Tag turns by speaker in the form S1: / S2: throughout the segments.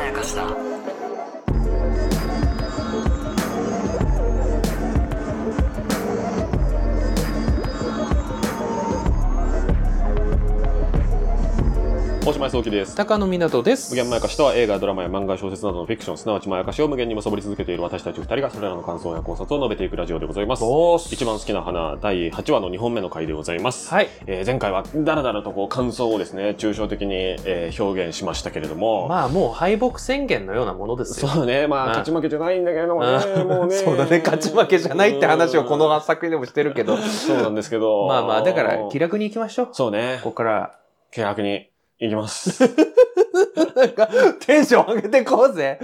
S1: やかしだ
S2: 大島康之です
S3: 高野湊です
S2: 無限まやかしとは映画、ドラマや漫画、小説などのフィクション、すなわちまやかしを無限に貪り続けている私たち二人がそれらの感想や考察を述べていくラジオでございます。
S3: よし
S2: 一番好きな花、第8話の2本目の回でございます。
S3: はい
S2: えー前回はだらだらとこう感想をですね、抽象的に、えー表現しましたけれども、
S3: まあもう敗北宣言のようなものですよ
S2: そうね、まあ、
S3: うん
S2: 勝ち負けじゃないんだけれども
S3: う
S2: ね、
S3: ん
S2: もうね。
S3: そうだね勝ち負けじゃないって話をこの作品でもしてるけど
S2: うんそうなんですけど。
S3: まあまあだから気楽に行きましょうこ
S2: そうね、
S3: こから
S2: 気楽に行き ます。
S3: なんかテンション上げてこうぜ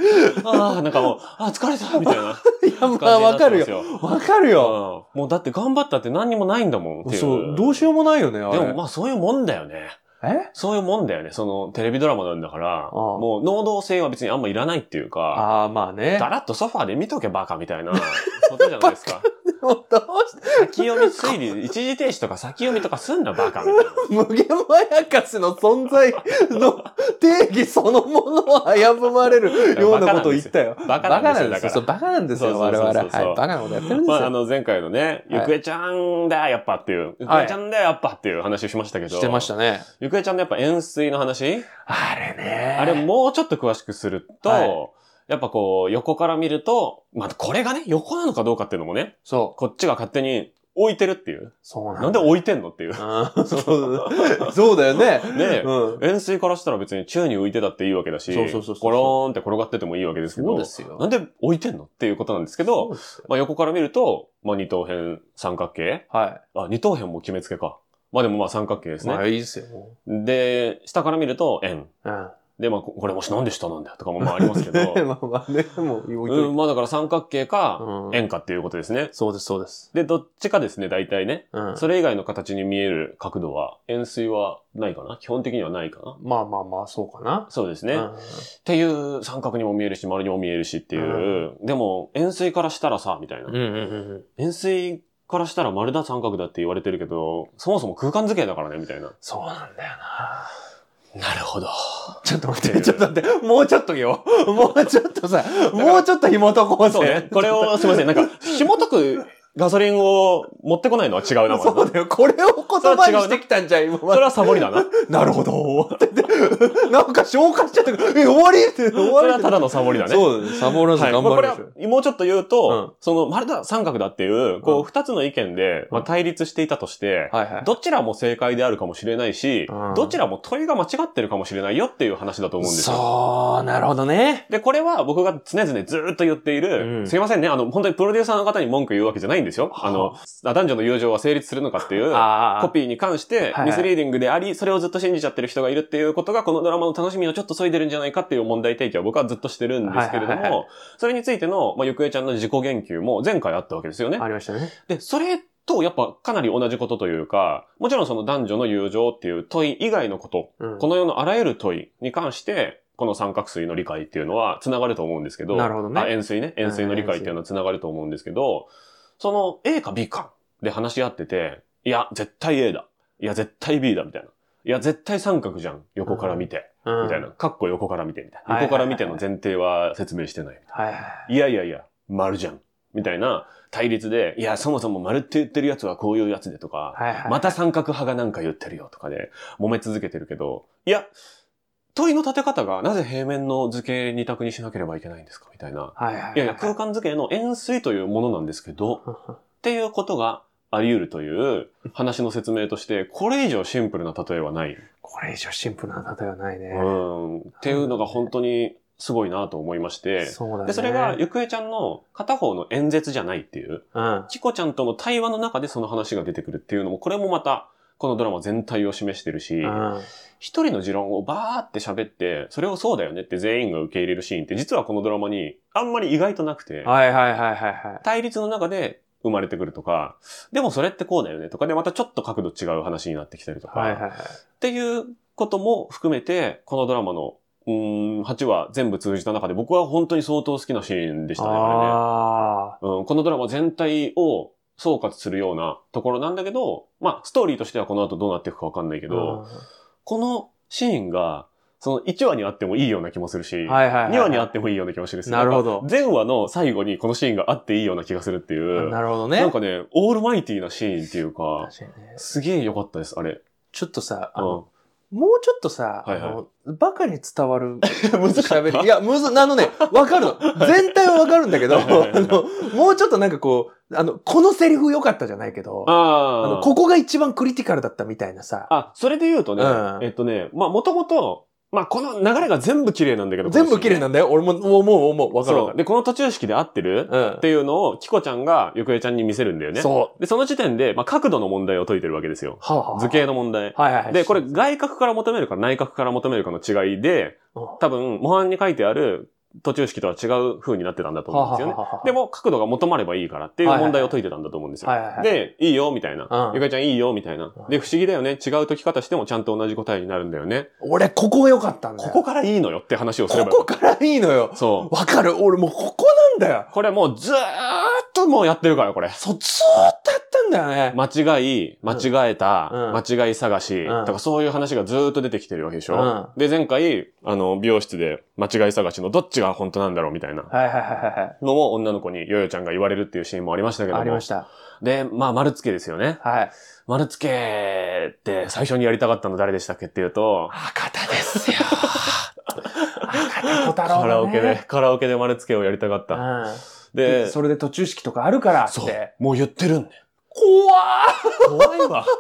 S2: ああ、なんかもう、あー疲れたみたいな。
S3: いやま あわかるよ
S2: よ。
S3: わかるよ
S2: うんもうだって頑張ったって何にもないんだもんっていう。
S3: そうどうしようもないよねあ
S2: で
S3: れ
S2: もまあそういうもんだよね。
S3: え
S2: そういうもんだよね。そのテレビドラマなんだから、
S3: うん
S2: もう能動性は別にあんまいらないっていうか、
S3: ああまあね
S2: だらっとソファーで見とけバカみたい なことじゃないですか。
S3: でもどうして
S2: 先読み推理、一時停止とか先読みとかすんなバカみたいな。
S3: 無限まやかしの存在の定義そのものを危ぶまれるようなことを言ったよ。
S2: バカなんですよ
S3: バカなんです
S2: だから
S3: よ。
S2: そうそうそ
S3: そうバカなんですよ、我
S2: うそう
S3: 々。はい。バカなことやってるんです
S2: まああ
S3: よ。
S2: の前回のね、ゆ
S3: はい
S2: くえちゃんだやっぱっていう、ゆく
S3: はい
S2: えちゃんだやっぱっていう話をしましたけど、
S3: してましたね。
S2: ゆくえちゃんのやっぱ円錐の話
S3: あれね。
S2: あれもうちょっと詳しくすると、
S3: はい
S2: やっぱこう、横から見ると、まあ、これがね、横なのかどうかっていうのもね、
S3: そう。
S2: こっちが勝手に置いてるっていう。
S3: そうな
S2: なん
S3: ん
S2: で
S3: だ。
S2: 置いてんのっていう。
S3: うんそうそうだよね。
S2: ねえ
S3: うん。
S2: 円錐からしたら別に宙に浮いてたっていいわけだし、
S3: そうそうそうそう
S2: ゴローンって転がっててもいいわけですけ
S3: そ
S2: ど
S3: うで、す
S2: な
S3: よ。
S2: んで置いてんのっていうことなんですけ
S3: そ
S2: ど、
S3: うですよ
S2: まあ、横から見ると、まあ、二等辺三角形
S3: は
S2: あ、二等辺も決めつけか。まあでもまあ三角形で
S3: い。
S2: すね。
S3: まあいいですよ。も
S2: で、下から見ると円。
S3: ううん。
S2: で、まあここれもしなんで下なんだよとかもまあありますけ ど、
S3: まあまあね、もう、もう
S2: うん、まあだから三角形か、
S3: うん
S2: 円かっていうことですね。
S3: そうです、そうです。
S2: で、どっちかですね、大体ね。
S3: うん。
S2: それ以外の形に見える角度は、円錐はないかな基本的にはないかな
S3: まあまあまあ、そうかな。
S2: そうですね、
S3: う
S2: っ
S3: ん
S2: ていう三角にも見えるし、丸にも見えるしっていう。でも、円錐からしたらさ、みたいな。
S3: うんうんうんうん。
S2: 円錐からしたら丸だ三角だって言われてるけど、そもそも空間図形だからね、みたいな。
S3: そうなんだよな。
S2: なるほど。
S3: ちょっと待っ
S2: っていう
S3: て、ちょっと待って、もうちょっとよ。もうちょっとさ、もうちょっと紐解こう
S2: そう
S3: ぜ
S2: ね。。これを、すいません。なんか、紐解くガソリンを持ってこないのは違うな、まず
S3: そ
S2: な
S3: うだよ。これを言葉にしてきたんじゃん、今ま
S2: そ
S3: で
S2: れはサボりだな。
S3: なるほど。って言って なんか消化しちゃったから、え、終わりって、終
S2: そ
S3: わ
S2: れ
S3: り
S2: はただのサボりだね。
S3: そうだね。サボらず
S2: はい、
S3: 頑
S2: まあ
S3: 張
S2: これ
S3: るでしょ。
S2: はもうちょっと言うと、
S3: う
S2: その、丸だ三角だっていう、こ
S3: う
S2: う、
S3: ん
S2: 二つの意見で、まあ、
S3: うん
S2: 対立していたとして、
S3: はいはい。
S2: どちらも正解であるかもしれないし、
S3: うん
S2: どちらも問いが間違ってるかもしれないよっていう話だと思うんですよ。
S3: そう、なるほどね。
S2: で、これは僕が常々ずーっと言っている、
S3: うん
S2: すいませんね、あの、本当にプロデューサーの方に文句言うわけじゃないんですよ。
S3: はあ
S2: あの、男女の友情は成立するのかっていう、
S3: あ
S2: コピーに関して
S3: はい
S2: ミスリーディングであり、それをずっと信じちゃってる人がいるっていうことが、このドラマの楽しみをちょっと削いでるんじゃないかっていう問題提起は僕はずっとしてるんですけれど
S3: はいはいは
S2: も、それについての、まあ、ゆくえちゃんの自己言及も前回あったわけですよね。
S3: ありましたね。
S2: で、それとやっぱかなり同じことというか、もちろんその男女の友情っていう問い以外のこと、
S3: うん
S2: この世のあらゆる問いに関して、この三角錐の理解っていうのは繋がると思うんですけど、
S3: なるほどね
S2: あ、円錐ね。円錐の理解っていうのは繋がると思うんですけど、その A か B かで話し合ってて、いや、絶対 A だ。いや、絶対 B だ、みたいな。いや、絶対三角じゃん。横から見て。
S3: うん
S2: みたいな。。かっこ横から見て、みたい
S3: は
S2: な。
S3: いはいはい
S2: 横から見ての前提は説明してない。
S3: はいはい。
S2: いやいやいや、丸じゃん。みたいな対立で、いや、そもそも丸って言ってるやつはこういうやつでとか、
S3: はいはい。
S2: また三角派がなんか言ってるよとかで揉め続けてるけど、いや、問いの立て方がなぜ平面の図形二択にしなければいけないんですかみたいな。
S3: はいはい。
S2: いやいや、空間図形の円錐というものなんですけど、っていうことがあり得るという話の説明として、これ以上シンプルな例えはない。
S3: これ以上シンプルな例えはないね
S2: う。ん。っていうのが本当にすごいなと思いまして、
S3: そうだね。
S2: で、それが、ゆくえちゃんの片方の演説じゃないっていう、
S3: うん。
S2: チコちゃんとの対話の中でその話が出てくるっていうのも、これもまた、このドラマ全体を示してるし、
S3: うん。
S2: 一人の持論をバーって喋って、それをそうだよねって全員が受け入れるシーンって、実はこのドラマにあんまり意外となくて、
S3: はいはいはいはいはい。
S2: 対立の中で生まれてくるとか、でもそれってこうだよねとかで、またちょっと角度違う話になってきたりとか、
S3: はいはいはい。
S2: っていうことも含めて、このドラマの、うーん、8話全部通じた中で、僕は本当に相当好きなシーンでしたね、あれね。
S3: あ
S2: うん、このドラマ全体を総括するようなところなんだけど、まあ、ストーリーとしてはこの後どうなっていくかわかんないけ
S3: ー
S2: ど、このシーンが、その1話にあってもいいような気もするし、
S3: はいはいはい、
S2: 2話にあ
S3: っ
S2: ってもいいような気もするし、
S3: なるほど
S2: んか前話の最後にこのシーンがあっていいような気がするっていう、
S3: なるほどね。
S2: なんかね、オールマイティーなシーンっていうか、
S3: 確かにね
S2: すげえ良かったです、あれ。
S3: ちょっとさ、あ
S2: う
S3: の
S2: ん、
S3: もうちょっとさ、
S2: はいはい
S3: あのバカに伝わ る
S2: 難しかった
S3: 喋り。いや、むず、あのね、わ かるの。全体はわかるんだけど、
S2: は
S3: あ
S2: いはいはい
S3: の、もうちょっとなんかこう、あの、このセリフ良かったじゃないけど、あ
S2: あ
S3: の、ここが一番クリティカルだったみたいなさ、
S2: あ、それで言うとね、
S3: うん
S2: えっとね、まあもともと、まあこの流れが全部綺麗なんだけど、
S3: 全部綺麗
S2: な
S3: なんだよ。俺も、もう、もう、もう、わかるわか
S2: そう。
S3: る。
S2: で、この途中式で合ってる、
S3: う
S2: っていうのを、キコちゃんがゆくえちゃんに見せるんだよ
S3: ん。
S2: ね。
S3: そう。
S2: で、その時点で、まあ角度の問題を解いてるわけですよ。
S3: はあはあ
S2: 図形の問題。
S3: はいはいはい。
S2: で、これ、外角から求めるか内角から求めるかの違いで、多分模範に書いてある途中式とは違う風になってたんだと思うんですよね。で
S3: も、
S2: も角度が求まればいいからっていう問題を解いてたんだと思うんですよ。
S3: はいはいはい
S2: で、いいよ、みたいな。
S3: うん
S2: ゆかりちゃんいいよ、みたいな。で、不思議だよね。違う解き方してもちゃんと同じ答えになるんだよね。
S3: 俺、ここが良かったんだ
S2: こ
S3: よ。
S2: こからいいのよって話をすれば
S3: ここからいいのよ。
S2: そ
S3: わかる。俺もうここなんだよ
S2: う。。これもうずーっともうやってるから、これ。
S3: そう、ずーっとやったんだよね。
S2: 間違い、間違えた、
S3: うん
S2: 間違い探し、
S3: うん
S2: とかそういう話がずーっと出てきてるわけでしょ。
S3: うん
S2: で、前回、あの、美容室で間違い探しのどっちが本当なんだろうみたいな
S3: はいはいはいはい。
S2: のを女の子にヨヨちゃんが言われるっていうシーンもありましたけども。
S3: ありました。
S2: で、まあ、丸つけですよね。
S3: はい。
S2: 丸つけって最初にやりたかったの誰でしたっけっていうと、
S3: 博多です よ。博多小太郎、ね。
S2: カラオケで、カラオケで丸つけをやりたかった。
S3: う
S2: で、
S3: ん。それで途中式とかあるからって。
S2: そう、もう言ってるんだよ。
S3: 怖
S2: 怖いわ。うわ、こ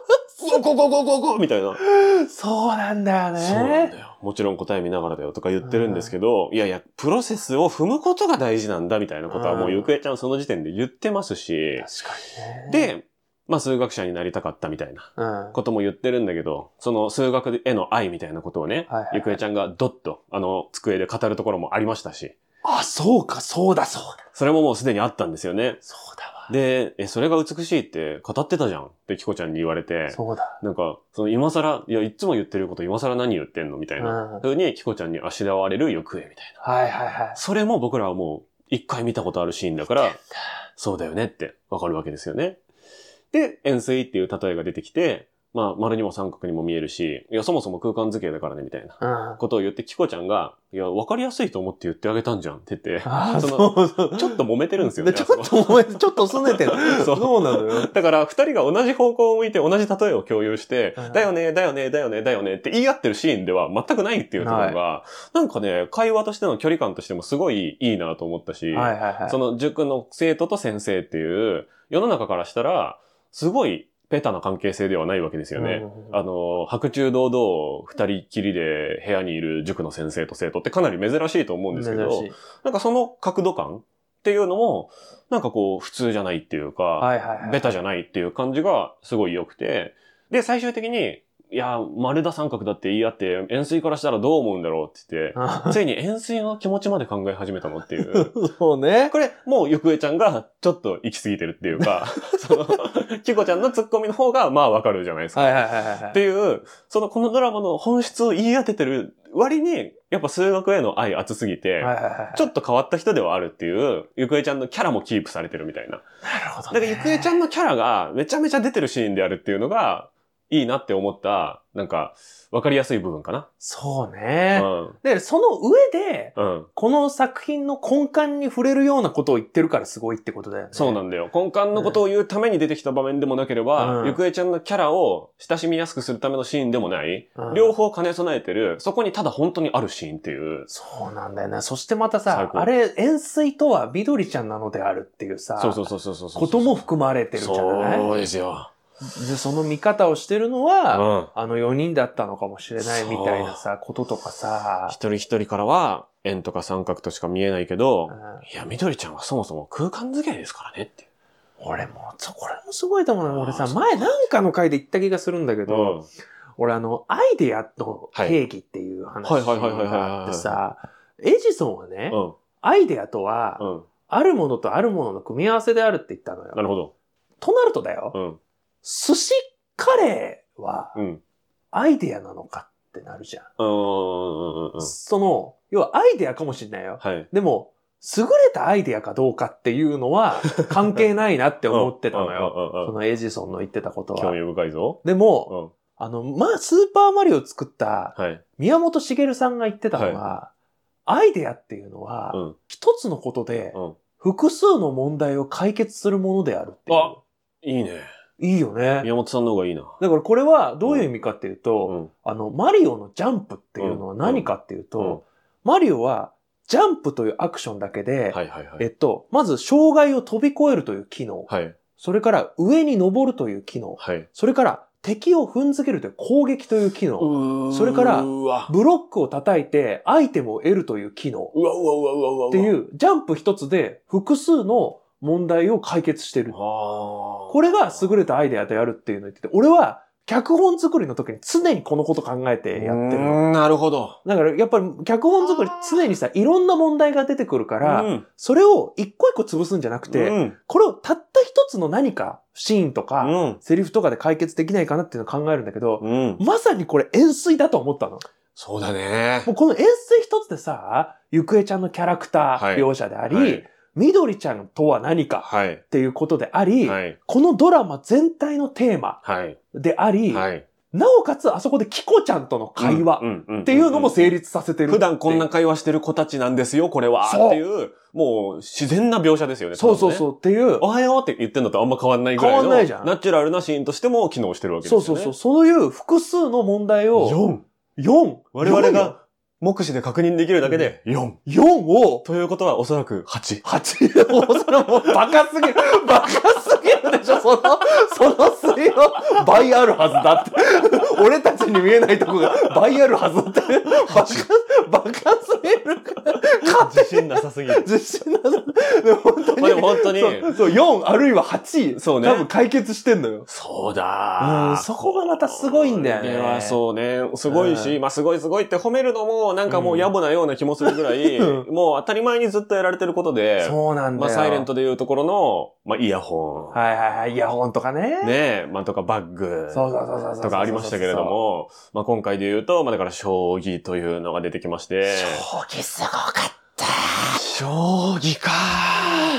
S2: こ、ここ、ここみたいな。
S3: ーそうなんだよね。
S2: そうなんだよ。もちろん答え見ながらだよとか言ってるんですけど、いやいや、プロセスを踏むことが大事なんだみたいなことはもう
S3: うん
S2: ゆくえちゃんその時点で言ってますし、
S3: 確かにね。、
S2: で、まあ数学者になりたかったみたいな
S3: うん。は
S2: ことも言ってるんだけど、その数学への愛みたいなことをね
S3: い、はい
S2: ゆくえちゃんがドッと、あの、机で語るところもありましたし、
S3: あ、そうか、そうだ、そうだ。
S2: それももうすでにあったんですよね。
S3: そうだわ。
S2: で、え、それが美しいって語ってたじゃんってキコちゃんに言われて、
S3: そうだ。
S2: なんか、その今更、いや、いつも言ってること今更何言ってんのみたいな。
S3: うん
S2: 風に、キコちゃんにあしらわれる行方みたいな。
S3: はいはいはい。
S2: それも僕らはもう、一回見たことあるシーンだ から、そうだよねってわかるわけですよね。で、円錐っていう例えが出てきて、まあ、丸にも三角にも見えるし、いや、そもそも空間図形だからね、みたいな
S3: うん。
S2: ことを言って、キコちゃんが、いや、わかりやすいと思って言ってあげたんじゃんって 言って、
S3: あ
S2: その
S3: そうそう。
S2: ちょっと揉めてるんですよね。
S3: でちょ
S2: あ
S3: っ
S2: そ
S3: と
S2: こ
S3: ごめん、ちょっとすねてる。
S2: そう
S3: そうなのよ。
S2: だから、二人が同じ方向を向いて同じ例えを共有して
S3: うん、
S2: だよね、だよね、だよね、だよねって言い合ってるシーンでは全くないっていうところが、なんかね、会話としての距離感としてもすごいいいなと思ったし、
S3: はいはいはい。
S2: その塾の生徒と先生っていう、世の中からしたら、すごいベタな関係性ではないわけですよね。
S3: うん
S2: あの、白昼堂々二人きりで部屋にいる塾の先生と生徒ってかなり珍しいと思うんですけど、
S3: 珍しい
S2: なんかその角度感っていうのも、なんかこう普通じゃないっていうか、
S3: はいはいはい。
S2: ベタじゃないっていう感じがすごい良くて、で、最終的に、いや、丸だ三角だって言い合って、円錐からしたらどう思うんだろうって言って、
S3: あ
S2: ついに円錐の気持ちまで考え始めたのっていう。
S3: そうね。
S2: これ、もうゆくえちゃんがちょっと行き過ぎてるっていうか、その、キコちゃんのツッコミの方がまあわかるじゃないですか。
S3: はいはいはいはいはい。
S2: っていう、そのこのドラマの本質を言い当ててる割に、やっぱ数学への愛熱すぎて、
S3: はいはいはい、
S2: ちょっと変わった人ではあるっていう、ゆくえちゃんのキャラもキープされてるみたいな。
S3: なるほど、
S2: だから、ゆくえちゃんのキャラがめちゃめちゃ出てるシーンであるっていうのが、いいなって思った、なんか、わかりやすい部分かな。
S3: そう
S2: う
S3: ね。
S2: ん。
S3: で、その上で、
S2: うん。
S3: この作品の根幹に触れるようなことを言ってるからすごいってことだよね。
S2: そうなんだよ。根幹のことを言うために出てきた場面でもなければ、
S3: うん
S2: ゆくえちゃんのキャラを親しみやすくするためのシーンでもない、
S3: うん
S2: 両方兼ね備えてる、そこにただ本当にあるシーンっていう。
S3: そうなんだよね。そしてまた
S2: 最
S3: さ、
S2: 高
S3: あれ、円錐とは緑ちゃんなのであるっていうさ、
S2: そうそうそうそうそうそう。
S3: ことも含まれてるじゃない
S2: そうですよ。
S3: で、その見方をしてるの
S2: う
S3: は、
S2: ん。
S3: あの4人だったのかもしれないみたいなさ、こととかさ、
S2: 一人一人からは、円とか三角としか見えないけど、
S3: うん
S2: いや、緑ちゃんはそもそも空間付けですからねっていう。
S3: 俺も、そうこれもすごいと思うな。俺
S2: あ
S3: さ、
S2: ー
S3: 前なんかの回で言った気がするんだけど、
S2: うん。
S3: 俺あの、アイデアの定義っていう話
S2: はいはいはいはいはいはい
S3: があってさ、エジソンはね、
S2: うん。
S3: アイデアとは、
S2: うん。
S3: あるものとあるものの組み合わせであるって言ったの
S2: な
S3: よ。
S2: るほど。
S3: となるとだよ、
S2: うん。
S3: 寿司カレーは
S2: うん。
S3: アイデアなのかってなるじゃん。
S2: うんうんうんうん。
S3: その、要はアイデアかもしれないよ。
S2: はい。
S3: でも、優れたアイデアかどうかっていうのは関係ないなって思ってたのよ。
S2: うんうんうんうん
S3: そのエジソンの言ってたこと
S2: 興味
S3: は。
S2: 深いぞ。
S3: でも、
S2: うん。
S3: あの、まあ、スーパーマリオを作った
S2: はい。
S3: 宮本茂さんが言ってたのは、アイデアっていうのは、
S2: うん。
S3: 一つのことで
S2: うん。
S3: 複数の問題を解決するものであるっていう。
S2: あいいね。
S3: いいよね。
S2: 宮本さんの方がいいな。
S3: だからこれはどういう意味かっていうと、
S2: うん。
S3: あの、マリオのジャンプっていうのは何かっていうと、
S2: うん
S3: マリオはジャンプというアクションだけで、
S2: はいはいは
S3: え
S2: い。
S3: っと、まず障害を飛び越えるという機能、
S2: はい。
S3: それから上に登るという機能、
S2: はい。
S3: それから敵を踏んづけるという攻撃という機能、
S2: う
S3: それから
S2: うわ。
S3: ブロックを叩いてアイテムを得るという機能
S2: うわうわうわうわうわ。。
S3: っていううジャンプ一つで複数の問題を解決してる。
S2: ああ。
S3: これが優れたアイデアであるっていうのを言ってて、俺は脚本作りの時に常にこのこと考えてやって
S2: う
S3: る。
S2: ーんなるほど。
S3: だからやっぱり脚本作り常にさ、いろんな問題が出てくるから、
S2: うん
S3: それを一個一個潰すんじゃなくて、
S2: うん。
S3: これをたった一つの何か、シーンとか、
S2: うん
S3: セリフとかで解決できないかなっていうのを考えるんだけど、
S2: うん。
S3: まさにこれ円錐だと思ったの。
S2: そうだね
S3: も。うこの円錐一つでさ、ゆくえちゃんのキャラクタ
S2: はい
S3: ー描写であり、
S2: はい
S3: みどりちゃんとは何か
S2: はい。
S3: っていうことであり、
S2: はい。
S3: このドラマ全体のテーマ
S2: はい。
S3: であり、
S2: はい。
S3: なおかつあそこでキコちゃんとの会
S2: っ
S3: 話っていうのも成立させてるってい
S2: 普
S3: う。
S2: 段こんな会話してる子たちなんですよ、これは。
S3: そう
S2: っていう、もう自然な描写ですよね。。
S3: そうそうそううっていう
S2: お、はようって言ってんのとあんま変わんないぐらいの。
S3: 変わんないじゃん
S2: ナチュラルなシーンとしても機能してるわけです
S3: そ
S2: よ
S3: う
S2: ね。
S3: そうそう、そういう複数の問題を、
S2: 4!
S3: 4!
S2: 我々が目視で確認できるだけで4。
S3: 4を、
S2: ということはおそらく8。
S3: 8、もうそれもうバカすぎる、バカすぎるでしょ、その、その水の倍あるはずだって。俺たちに見えないとこが倍あるはずって。バカ、バカすぎる。
S2: 自信なさすぎ る。
S3: 自信なさでも本当に。
S2: まあでも本当に
S3: そう、そう4あるいは8。
S2: そうね
S3: 多分解決してんのよ。
S2: そう
S3: うん
S2: だ
S3: そこがまたすごいんだよね
S2: これはそうね。すごいし、まあすごいすごいって褒めるのも、なんかもう野暮なような気もするぐらい、
S3: う
S2: もう当たり前にずっとやられてることで、
S3: そうなんだよ。
S2: まあサイレン。トでいうところの、まあイヤホン、
S3: はいはいはい、イヤホンとかね。
S2: ねえ、まあとかバッグ。
S3: そうそうそうそうそう。
S2: とかありましたけれど。も、まあ今回で言うと、まあだから将棋というのが出てきまして。
S3: 将棋すごかっ
S2: 将棋か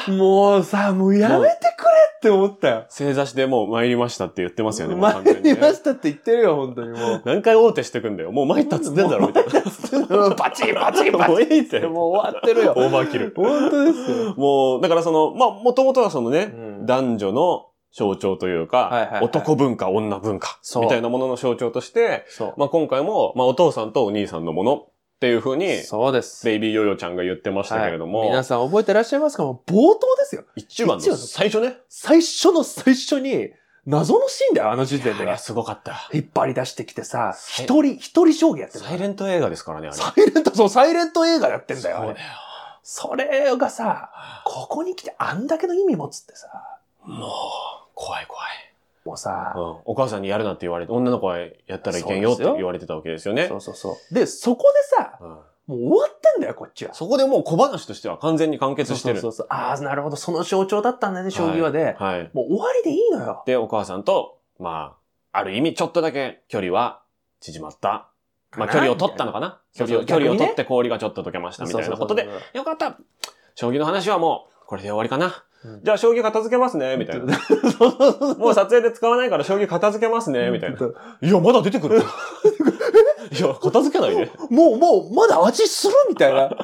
S3: た。もうさ、もうやめてくれって思ったよ。
S2: 正座してもう参りましたって言ってますよね、もう完
S3: 参
S2: 全に、
S3: りま
S2: ね。
S3: したって言ってるよ、本当にもう。
S2: 何回大手してくんだよ。もう参ったっつってんだろ、みたいな。
S3: バチンバチンバ
S2: もういいって
S3: チン。。 もう終わってるよ。
S2: オーバーキル。
S3: 本当ですよ。
S2: もう、だからその、まあ、もともとはそのね、
S3: うん
S2: 男女の象徴というか、
S3: はいはいはい
S2: 男文化、女文化、
S3: そう
S2: みたいなものの象徴として、
S3: そう。
S2: まあ、今回も、まあ、お父さんとお兄さんのものっていうふうに、
S3: そうです。
S2: ベイビーヨーヨーちゃんが言ってましたけれども、
S3: 皆さん覚えてらっしゃいますかもう冒頭ですよ。
S2: 一番
S3: 一
S2: の
S3: 番の
S2: 最初ね。
S3: 最初の最初に、謎のシーンだよ、あの時点で
S2: いや
S3: は。
S2: すごかった。
S3: 引っ張り出してきてさ、
S2: サイ
S3: 一人、一人将棋やってる。
S2: サイレント映画ですからね、あれ。
S3: サイレント、そう、サイレント映画やってんだよ、あ
S2: そう
S3: れ。それがさ、ここに来てあんだけの意味持つってさ、
S2: もう、怖い怖い。
S3: もうさ
S2: う、ん、お母さんにやるなって言われて、女の子はやったらいけんよって
S3: そうですよ
S2: 言われてたわけですよね
S3: そ。うそうそう。で、そこでさ、
S2: うん
S3: もう終わってんだよ、こっちは。
S2: そこでもう小話としては完全に完結してる。
S3: そうそうそう。ああ、なるほど。その象徴だったんだね、将棋はで。
S2: はい。
S3: もう終わりでいいのよ。
S2: で、お母さんと、まあ、ある意味ちょっとだけ距離は縮まった。まあ、距離を取ったのかな
S3: そ
S2: 距離
S3: うそう
S2: を、距離を
S3: 逆に
S2: 取
S3: ね
S2: って氷がちょっと溶けましたみたいなことで、
S3: そうそう
S2: よかった将棋の話はもう、これで終わりかな。
S3: そうそう。
S2: じゃあ、将棋片付けますね、みたいな。もう撮影で使わないから将棋片付けますね、みたいな。
S3: も
S2: いや、まだ出てくる。 いや、片付けないで。
S3: う、もう、まだ味するみたい な。こ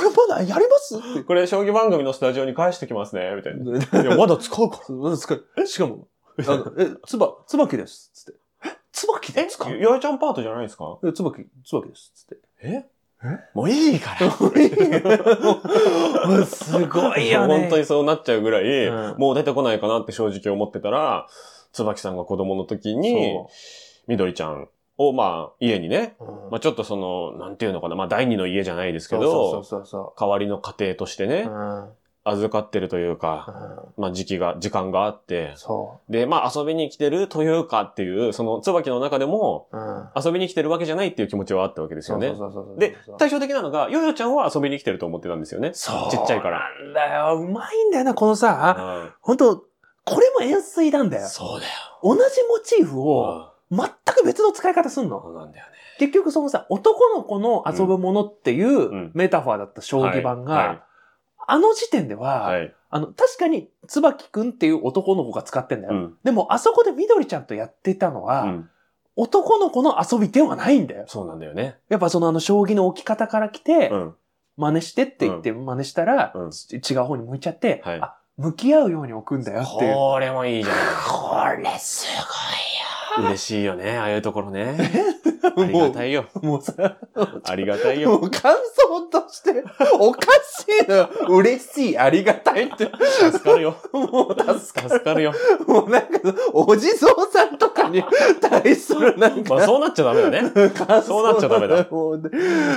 S3: れまだやりますって。
S2: これ、将棋番組のスタジオに返してきますね、みたいな。いや、まだ使うか
S3: まだ使う。えしかも、あの、え、つば、つばきです。つって。えつばき
S2: ら。
S3: ですか
S2: え、よえちゃんパートじゃないですか
S3: えつばき、つばきです。 つって。
S2: えもういいから。
S3: もうすごいよね。
S2: 本当にそうなっちゃうぐらい、
S3: うん
S2: もう出てこないかなって正直思ってたら、椿さんが子供の時に、みどりちゃんを、まあ、家にね、
S3: そう、うん
S2: まあちょっとその、なんていうのかな、まあ第二の家じゃないですけど、
S3: そうそうそうそ
S2: 代わりの家庭として
S3: う。
S2: ね
S3: う、んうん
S2: 預かってるというか、まあ時期が、時間があって、
S3: そ
S2: で、まあ遊びに来てるというかっていう、その椿の中でも、
S3: う。うん。
S2: 遊びに来てるわけじゃないっていう気持ちはあったわけですよね。
S3: そうそうそうそう
S2: で、対照的なのが、ヨヨちゃんは遊びに来てると思ってたんですよね。
S3: そう
S2: ちっちゃいから。
S3: なんだよ。うまいんだよな、このさ、本当これも円錐なんだ
S2: うん
S3: よ。
S2: そうだよ。
S3: 同じモチーフを全く別の使い方すん
S2: そ
S3: の。
S2: うなんだよね。
S3: 結局そのさ、男の子の遊ぶものってい
S2: ん
S3: うメタファーだった将棋版が、あの時点で
S2: はい、はい
S3: は、
S2: はい
S3: あの、確かに椿くんっていう男の子が使ってんだ
S2: う
S3: よ。
S2: ん
S3: でも、あそこで緑ちゃんとやってたの
S2: う
S3: は、
S2: ん
S3: 男の子の遊びではないんだよ。
S2: そうなんだよね。
S3: やっぱそのあの将棋の置き方から来て、
S2: うん。
S3: 真似してって言って真似したら、
S2: うん
S3: ち違う方に向いちゃって、
S2: はい
S3: あ、向き合うように置くんだよっていう。
S2: これもいいじゃ
S3: これす
S2: ん。嬉しいよね、ああいうところね。 あ
S3: ごい
S2: り
S3: も
S2: が
S3: う
S2: たいよ。
S3: もうさ、
S2: ありがたい
S3: も
S2: よ。
S3: う感想として、おかしいのよ。嬉しい、ありがたいって。
S2: 助かるよ。
S3: もう助か
S2: 助かるよ。
S3: る。もうなんか、お地蔵さんとかに対するなんか、
S2: まあそうなっちゃダメだね。
S3: 感想
S2: そうなっちゃダメだ
S3: もう、で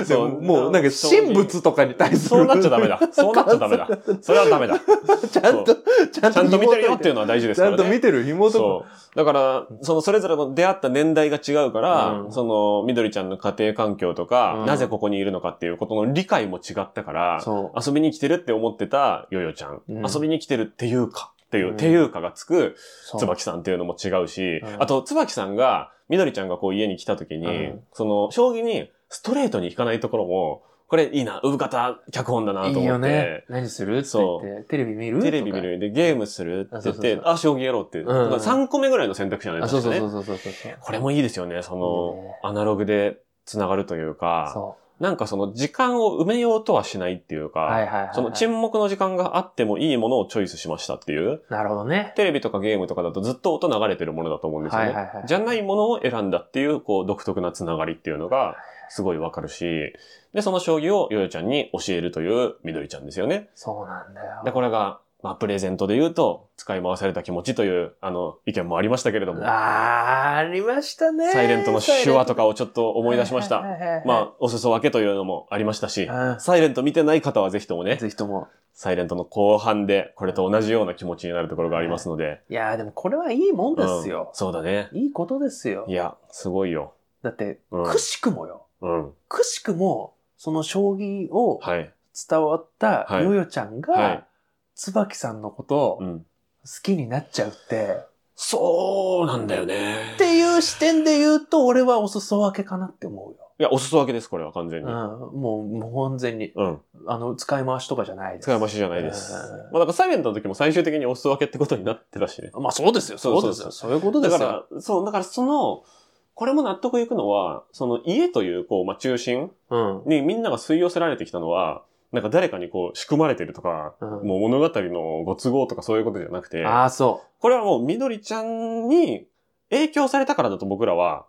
S2: そう
S3: ももうなんか、神仏とかに対する。
S2: そうなっちゃダメだ。そうなっちゃダメだ。それはダメだ。ち
S3: ちゃんと、ちゃんと
S2: ゃんと見てるよっていう
S3: 紐解い
S2: のは大事で
S3: て
S2: す
S3: ち
S2: か
S3: ゃ
S2: ら
S3: んと
S2: ね
S3: 見。てる、紐と
S2: そう。だから、そのそれぞれの出会った年代が違うから、
S3: うん
S2: その、みどりちゃんの家庭環境とか、
S3: うん
S2: なぜここにいるのかっていうことの理解も違ったから、
S3: そう。
S2: 遊びに来てるって思ってたヨヨちゃん、
S3: うん
S2: 遊びに来てるっていうか、っていう、
S3: うん
S2: ていうかがつく、
S3: そう
S2: 椿さんっていうのも違うし、
S3: うん
S2: あと、椿さんが、みどりちゃんがこう家に来た時に、
S3: うん
S2: その、将棋にストレートに行かないところも、これいいな、産方脚本だなと思って。
S3: いいよね。何するって言ってテレビ見る
S2: テレビ見。るで、ゲームするって言っ
S3: あそうそう
S2: て
S3: そ、う
S2: あ将棋やろうって。
S3: ん
S2: だから3個目ぐらいの選択肢なん
S3: と
S2: で
S3: かあ、
S2: す
S3: そう
S2: よ
S3: そうそ
S2: ね
S3: う。そうそうそう。
S2: これもいいですよね、そ
S3: いい
S2: の
S3: ね、
S2: アナログで繋がるというか、
S3: そ
S2: なんかその時間を埋めようとはしないっていう
S3: う。はい
S2: か、
S3: はいはいはい。
S2: その沈黙の時間があってもいいものをチョイスしましたっていう、
S3: なるほどね。
S2: テレビとかゲームとかだとずっと音流れてるものだと思うんですよ
S3: はいは
S2: ね
S3: いはい。
S2: じゃないものを選んだっていう、こう、独特な繋がりっていうのが、すごいわかるし、で、その将棋をヨヨちゃんに教えるというみどりちゃんですよね。
S3: そうなんだよ。
S2: で、これが、まあ、プレゼントで言うと、使い回された気持ちという、あの、意見もありましたけれども、
S3: あー、ありましたね。
S2: サイレントの手話と
S3: か
S2: かをちょっと思い出しまし
S3: はい
S2: た。
S3: はいはいはい、
S2: まあ、お裾分けというのもありましたし、
S3: あ、
S2: サイレント見てない方はぜひともね、
S3: ぜひとも。
S2: サイレントの後半で、これと同じような気持ちになるところがありますので。
S3: いやー、でもこれはいいもんです
S2: うん
S3: よ。
S2: そうだね。
S3: いいことですよ
S2: い。や、すごいよ。
S3: だって、
S2: うん
S3: くしくもよ。
S2: うん。
S3: くしくも、その将棋を
S2: はい。
S3: 伝わった
S2: はい
S3: ヨヨちゃん
S2: はい
S3: が、椿さんのことを
S2: う
S3: 好
S2: ん。
S3: きになっちゃうって、
S2: そうなんだよね
S3: っ。ていう視点で言うと、俺はお裾分けかなって思うよ。
S2: いや、お裾分けです、これは完全
S3: うん、
S2: に。
S3: もう、もう完全に。
S2: うん。
S3: あの、使い回しとかじゃないです。
S2: 使い回しじゃないです。
S3: うん
S2: まあ、だからサイレントの時も最終的にお裾分けってことになってたしね。
S3: まあそうですよ、
S2: そう
S3: そう
S2: そう
S3: です
S2: そう
S3: よ。そういうことです
S2: だ
S3: よ。
S2: から、そう、だからその、これも納得いくのは、その家という、こう、まあ、中心
S3: うん。
S2: にみんなが吸い寄せられてきたのは、なんか誰かにこう、仕組まれてるとか、
S3: うん
S2: もう物語のご都合とかそういうことじゃなくて、
S3: ああ、そ
S2: これはもうみどりちゃんに影響されたからだと僕らは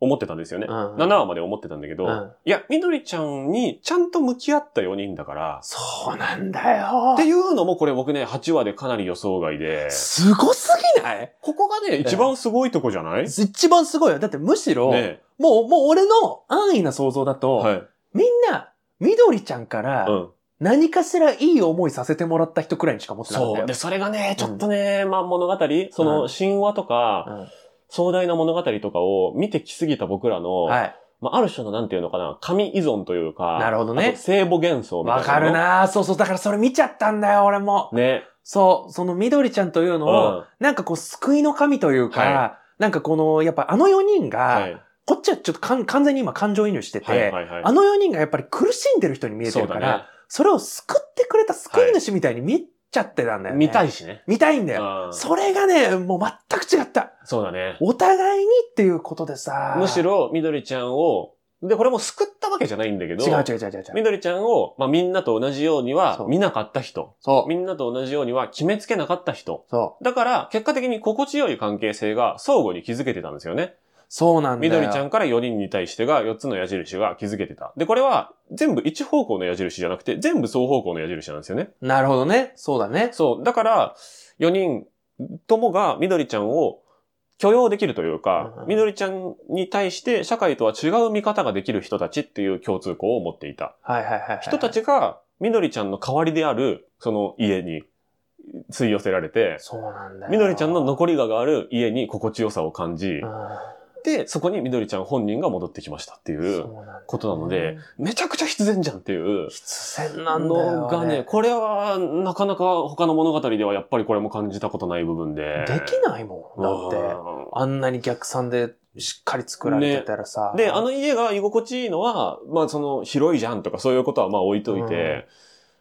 S2: 思ってたんですよね。
S3: う。うん
S2: 7話まで思ってたんだけど、
S3: うん
S2: いや、みどりちゃんにちゃんと向き合った4人だから、
S3: そうなんだよ
S2: って。いうのもこれ僕ね、8話でかなり予想外で、
S3: すごすぎない
S2: ここがね、一番すごいとこじゃない、
S3: 一番すごいよ。だってむしろ、
S2: ね
S3: もう、もう俺の安易な想像だと、
S2: はい。
S3: みんな、緑ちゃんから
S2: う、ん。
S3: 何かしらいい思いさせてもらった人くらいにしか思ってなかった
S2: そう。
S3: よ
S2: で、。それがね、ちょっとね、まあ物語、その
S3: うん
S2: 神話とか、
S3: うん
S2: 壮大な物語とかを見てきすぎた僕らの、
S3: はい。
S2: まあある種のなんていうのかな、神依存というか、
S3: なるほどね
S2: あと聖母幻想みたいな。
S3: わかる。なそうそう。だからそれ見ちゃったんだよ、俺も。
S2: ね。
S3: そう。その緑ちゃんというのを、
S2: は
S3: なんかこう、救いの神というか、
S2: は
S3: なんかこの、やっぱあの4人が、
S2: い。
S3: こっちはちょっとかん完全に今感情移入してて、
S2: はいはいはい。
S3: あの4人がやっぱり苦しんでる人に見えて
S2: そう
S3: るか
S2: だ
S3: ら、そ,、
S2: ね。
S3: れを救ってくれた救い主みたいに見ちゃってたんだよね。
S2: 見た
S3: い。
S2: いしね。
S3: 見たいんだよ。
S2: うん
S3: それがね、もう全く違った。
S2: そうだね。
S3: お互いにっていうことでさ。
S2: むしろ、みどりちゃんを、で、これも救ったわけじゃないんだけど、
S3: 違う違う違う違う違
S2: み
S3: う。
S2: どりちゃんを、まあ、みんなと同じようには
S3: そう
S2: 見なかった人。
S3: そう。
S2: みんなと同じようには決めつけなかった人。
S3: そ
S2: だから、結果的に心地よい関係性が相互に築けてたんですよね。
S3: う。そうなんだ
S2: み
S3: よ。
S2: どりちゃんから4人に対してが4つの矢印が築けてた。で、これは全部一方向の矢印じゃなくて、全部双方向の矢印なんですよね。
S3: なるほどね。そうだね。
S2: そう。だから、4人ともがみどりちゃんを許容できるという
S3: うん
S2: か
S3: う、ん
S2: みどりちゃんに対して社会とは違う見方ができる人たちっていう共通項を持っていた。
S3: はいはいはいはい。
S2: 人た。ちがみどりちゃんの代わりである、その家に吸い寄せられて、
S3: そうなんだよ。
S2: みどりちゃんの残りががある家に心地よさを感じ、で、そこにみどりちゃん本人が戻ってきましたってい
S3: うん、そううなんだよ
S2: ことなので、めちゃくちゃ必然じゃんっていう
S3: 必然なんだよ、
S2: のがね、これはなかなか他の物語ではやっぱりこれも感じたことない部分で。
S3: できないもん。だって。
S2: う
S3: あんなに逆算でしっかり作られてたらさ。
S2: んで、あの家が居心地いいのは、まあその広いじゃんとかそういうことはまあ置いといて、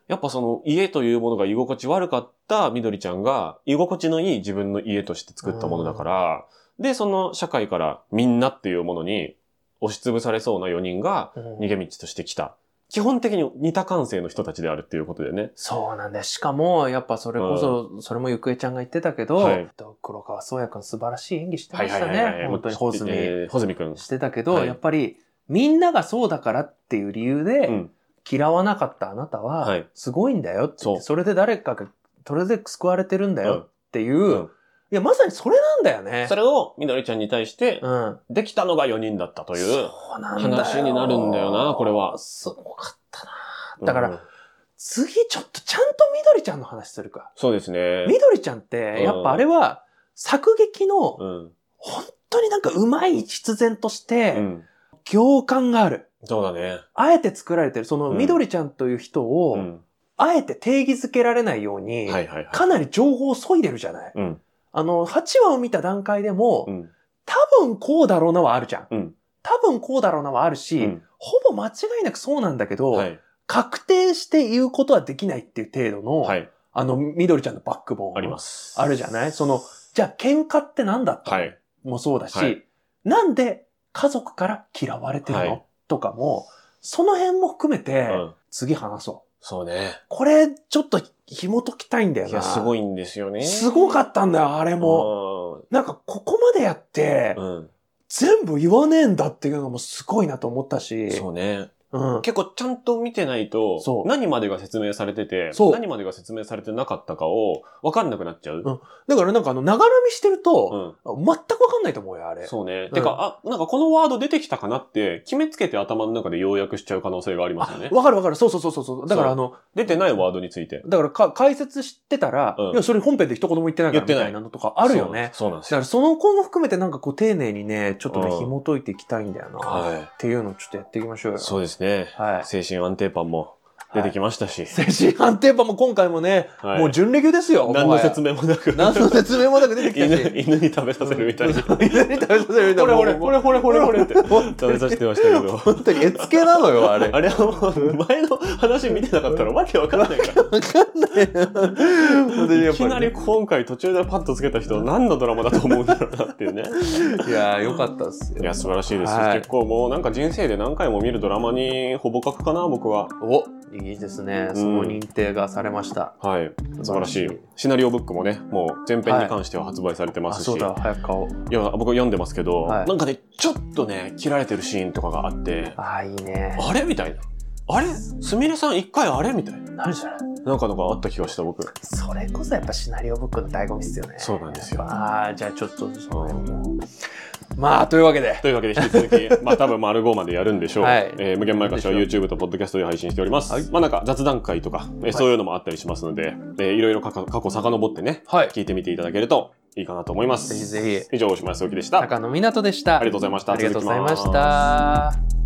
S2: やっぱその家というものが居心地悪かったみどりちゃんが居心地のいい自分の家として作ったものだから、で、その社会からみんなっていうものに押しつぶされそうな4人が逃げ道として来た。基本的に似た感性の人たちであるっていうことでね。
S3: そうなんだよ。しかも、やっぱそれこそ、それもゆくえちゃんが言ってたけど、
S2: はい
S3: えっと黒川宗也くん素晴らしい演技してましたね。本当に、ホズミ
S2: えー穂積くん。
S3: してたけど、
S2: はい
S3: やっぱり、みんながそうだからっていう理由で、
S2: うん
S3: 嫌わなかったあなた
S2: は、
S3: はいすごいんだよって言っ
S2: そう
S3: て、それで誰かが、それで救われてるんだよっていう、
S2: うん
S3: いや、まさにそれなんだよね。
S2: それをみどりちゃんに対して
S3: う、ん。
S2: できたのが4人だったという。
S3: そうなんだよ
S2: 話になるんだよなこれは
S3: すごかったな。だから
S2: うん
S3: 次、ちょっとちゃんとみどりちゃんの話するか。
S2: そうですね。
S3: みどりちゃんって、やっぱあれは、作劇の、
S2: うん。
S3: 本当になんかうまい必然として、
S2: うん。
S3: 行間がある。
S2: そうだね。
S3: あえて作られてる、その
S2: うん
S3: みどりちゃんという人を、
S2: うん。
S3: あえて定義づけられないように、
S2: はいはいはい。
S3: かなり情報を削いでるじゃない。
S2: うん。
S3: あの、8話を見た段階でも、
S2: うん。
S3: 多分こうだろうなはあるじゃん。
S2: うん
S3: 多分こうだろうなはあるし、
S2: うん
S3: ほぼ間違いなくそうなんだけど、
S2: はい。
S3: 確定して言うことはできないっていう程度の、
S2: はい。
S3: あの、みどりちゃんのバックボーン。
S2: あります。
S3: あるじゃないその、じゃあ喧嘩って何だったの、
S2: はい。
S3: もそうだし、
S2: はい
S3: なんで家族から嫌われてるの、
S2: はい
S3: とかも、その辺も含めて、
S2: うん。
S3: 次話そう。
S2: そうね。
S3: これ、ちょっと紐解きたいんだよ
S2: い
S3: な。
S2: や、すご
S3: い。
S2: いんですよね。
S3: すごかったんだよ、あれも。
S2: も
S3: なんか、ここまでやって、
S2: うん。
S3: 全部言わねえんだっていうのもすごいなと思ったし、
S2: そうね。
S3: うん。
S2: 結構ちゃんと見てないと
S3: そ、う
S2: 何までが説明されてて、
S3: そう
S2: 何までが説明されてなかったかを分かんなくなっちゃう。
S3: だからなんかあの、ながらみしてる
S2: う
S3: と、
S2: ん。
S3: 全くわかんないと思うよ、あれ。
S2: そうね
S3: ん。
S2: てか、あ、なんかこのワード出てきたかなって、決めつけて頭の中で要約しちゃう可能性がありますよね。
S3: わかるわかる。そうそうそうそう。だから
S2: そう
S3: あの、
S2: 出てないワードについて。
S3: だからか解説してたら、
S2: うん
S3: いや、それ本編で一言も言ってないか
S2: 言
S3: ら
S2: っ
S3: み
S2: てない
S3: たいなのとかあるよね。
S2: そう。そうなんで
S3: だ
S2: す
S3: か
S2: よ。
S3: らその子も含めてなんかこう丁寧にね、ちょっとね、
S2: うん
S3: 紐解いていきたいんだよな。
S2: は
S3: っていうのをちょっとやっていきましょうよ。
S2: い。そうですね。
S3: はい。
S2: 精神安定パンも出て きましたし。
S3: 精神判定版も今回もね、
S2: はい
S3: もう準レギュですよ。
S2: 何の説
S3: 明
S2: 明もなく。
S3: 何の説明もなく出てきた
S2: 犬
S3: し。
S2: 犬に食べさせるみたいな。
S3: そうそう犬に食べさせるみたいな。
S2: ほれ
S3: も
S2: ほ
S3: う
S2: れほれほれほれって
S3: 本
S2: 食
S3: 当
S2: べ
S3: に
S2: させてましたけど。
S3: 本当に絵付けなのよ、あ れ。
S2: あれはもう前の話見てなかったらわけわかん ないから。
S3: わかんない。本当にや
S2: い
S3: っ
S2: き
S3: ぱ
S2: な
S3: り
S2: り
S3: ね。
S2: 今回途中でパッとつけた人何のドラマだと思うんだろうなっていうね。
S3: いやー、よかったっすよ。
S2: いや、素晴らしいです。
S3: はい
S2: 結構もうなんか人生で何回も見るドラマにほぼ格かな、僕は。
S3: お、いいですね。その認定がされました。
S2: はい。素晴らし
S3: 素晴らしい
S2: い。シナリオブックもね、もう前編に関しては発売されてますし。
S3: 早く買おう。
S2: いや、僕読んでますけど、
S3: はい
S2: なんかね、ちょっとね、切られてるシーンとかがあって、
S3: ああ、いいね。
S2: あれみたいな。あれすみれさん一回あれみたいな。
S3: なるじゃない
S2: なんかのがあった気がした、僕。
S3: それこそやっぱシナリオブックの醍醐味っすよね。
S2: そうなんですよ
S3: ああ、じゃあちょっと、その辺も。まあ、というわけで。
S2: というわけで引き続き、まあ多分丸5までやるんでしょう。
S3: はい
S2: えー無限前歌詞は YouTube と Podcast で配信しております。
S3: はい
S2: まあなんか雑談会とか、えーそういうのもあったりしますので、えーいろいろ過去過去遡ってね、
S3: はい。
S2: 聞いてみていただけるといいかなと思いま
S3: ぜひ
S2: す。
S3: ぜひ、
S2: 以上、大島康之でした。あり
S3: 高野湊でした。
S2: がとうございました。
S3: ありがとうございま
S2: 続
S3: し
S2: きます
S3: た。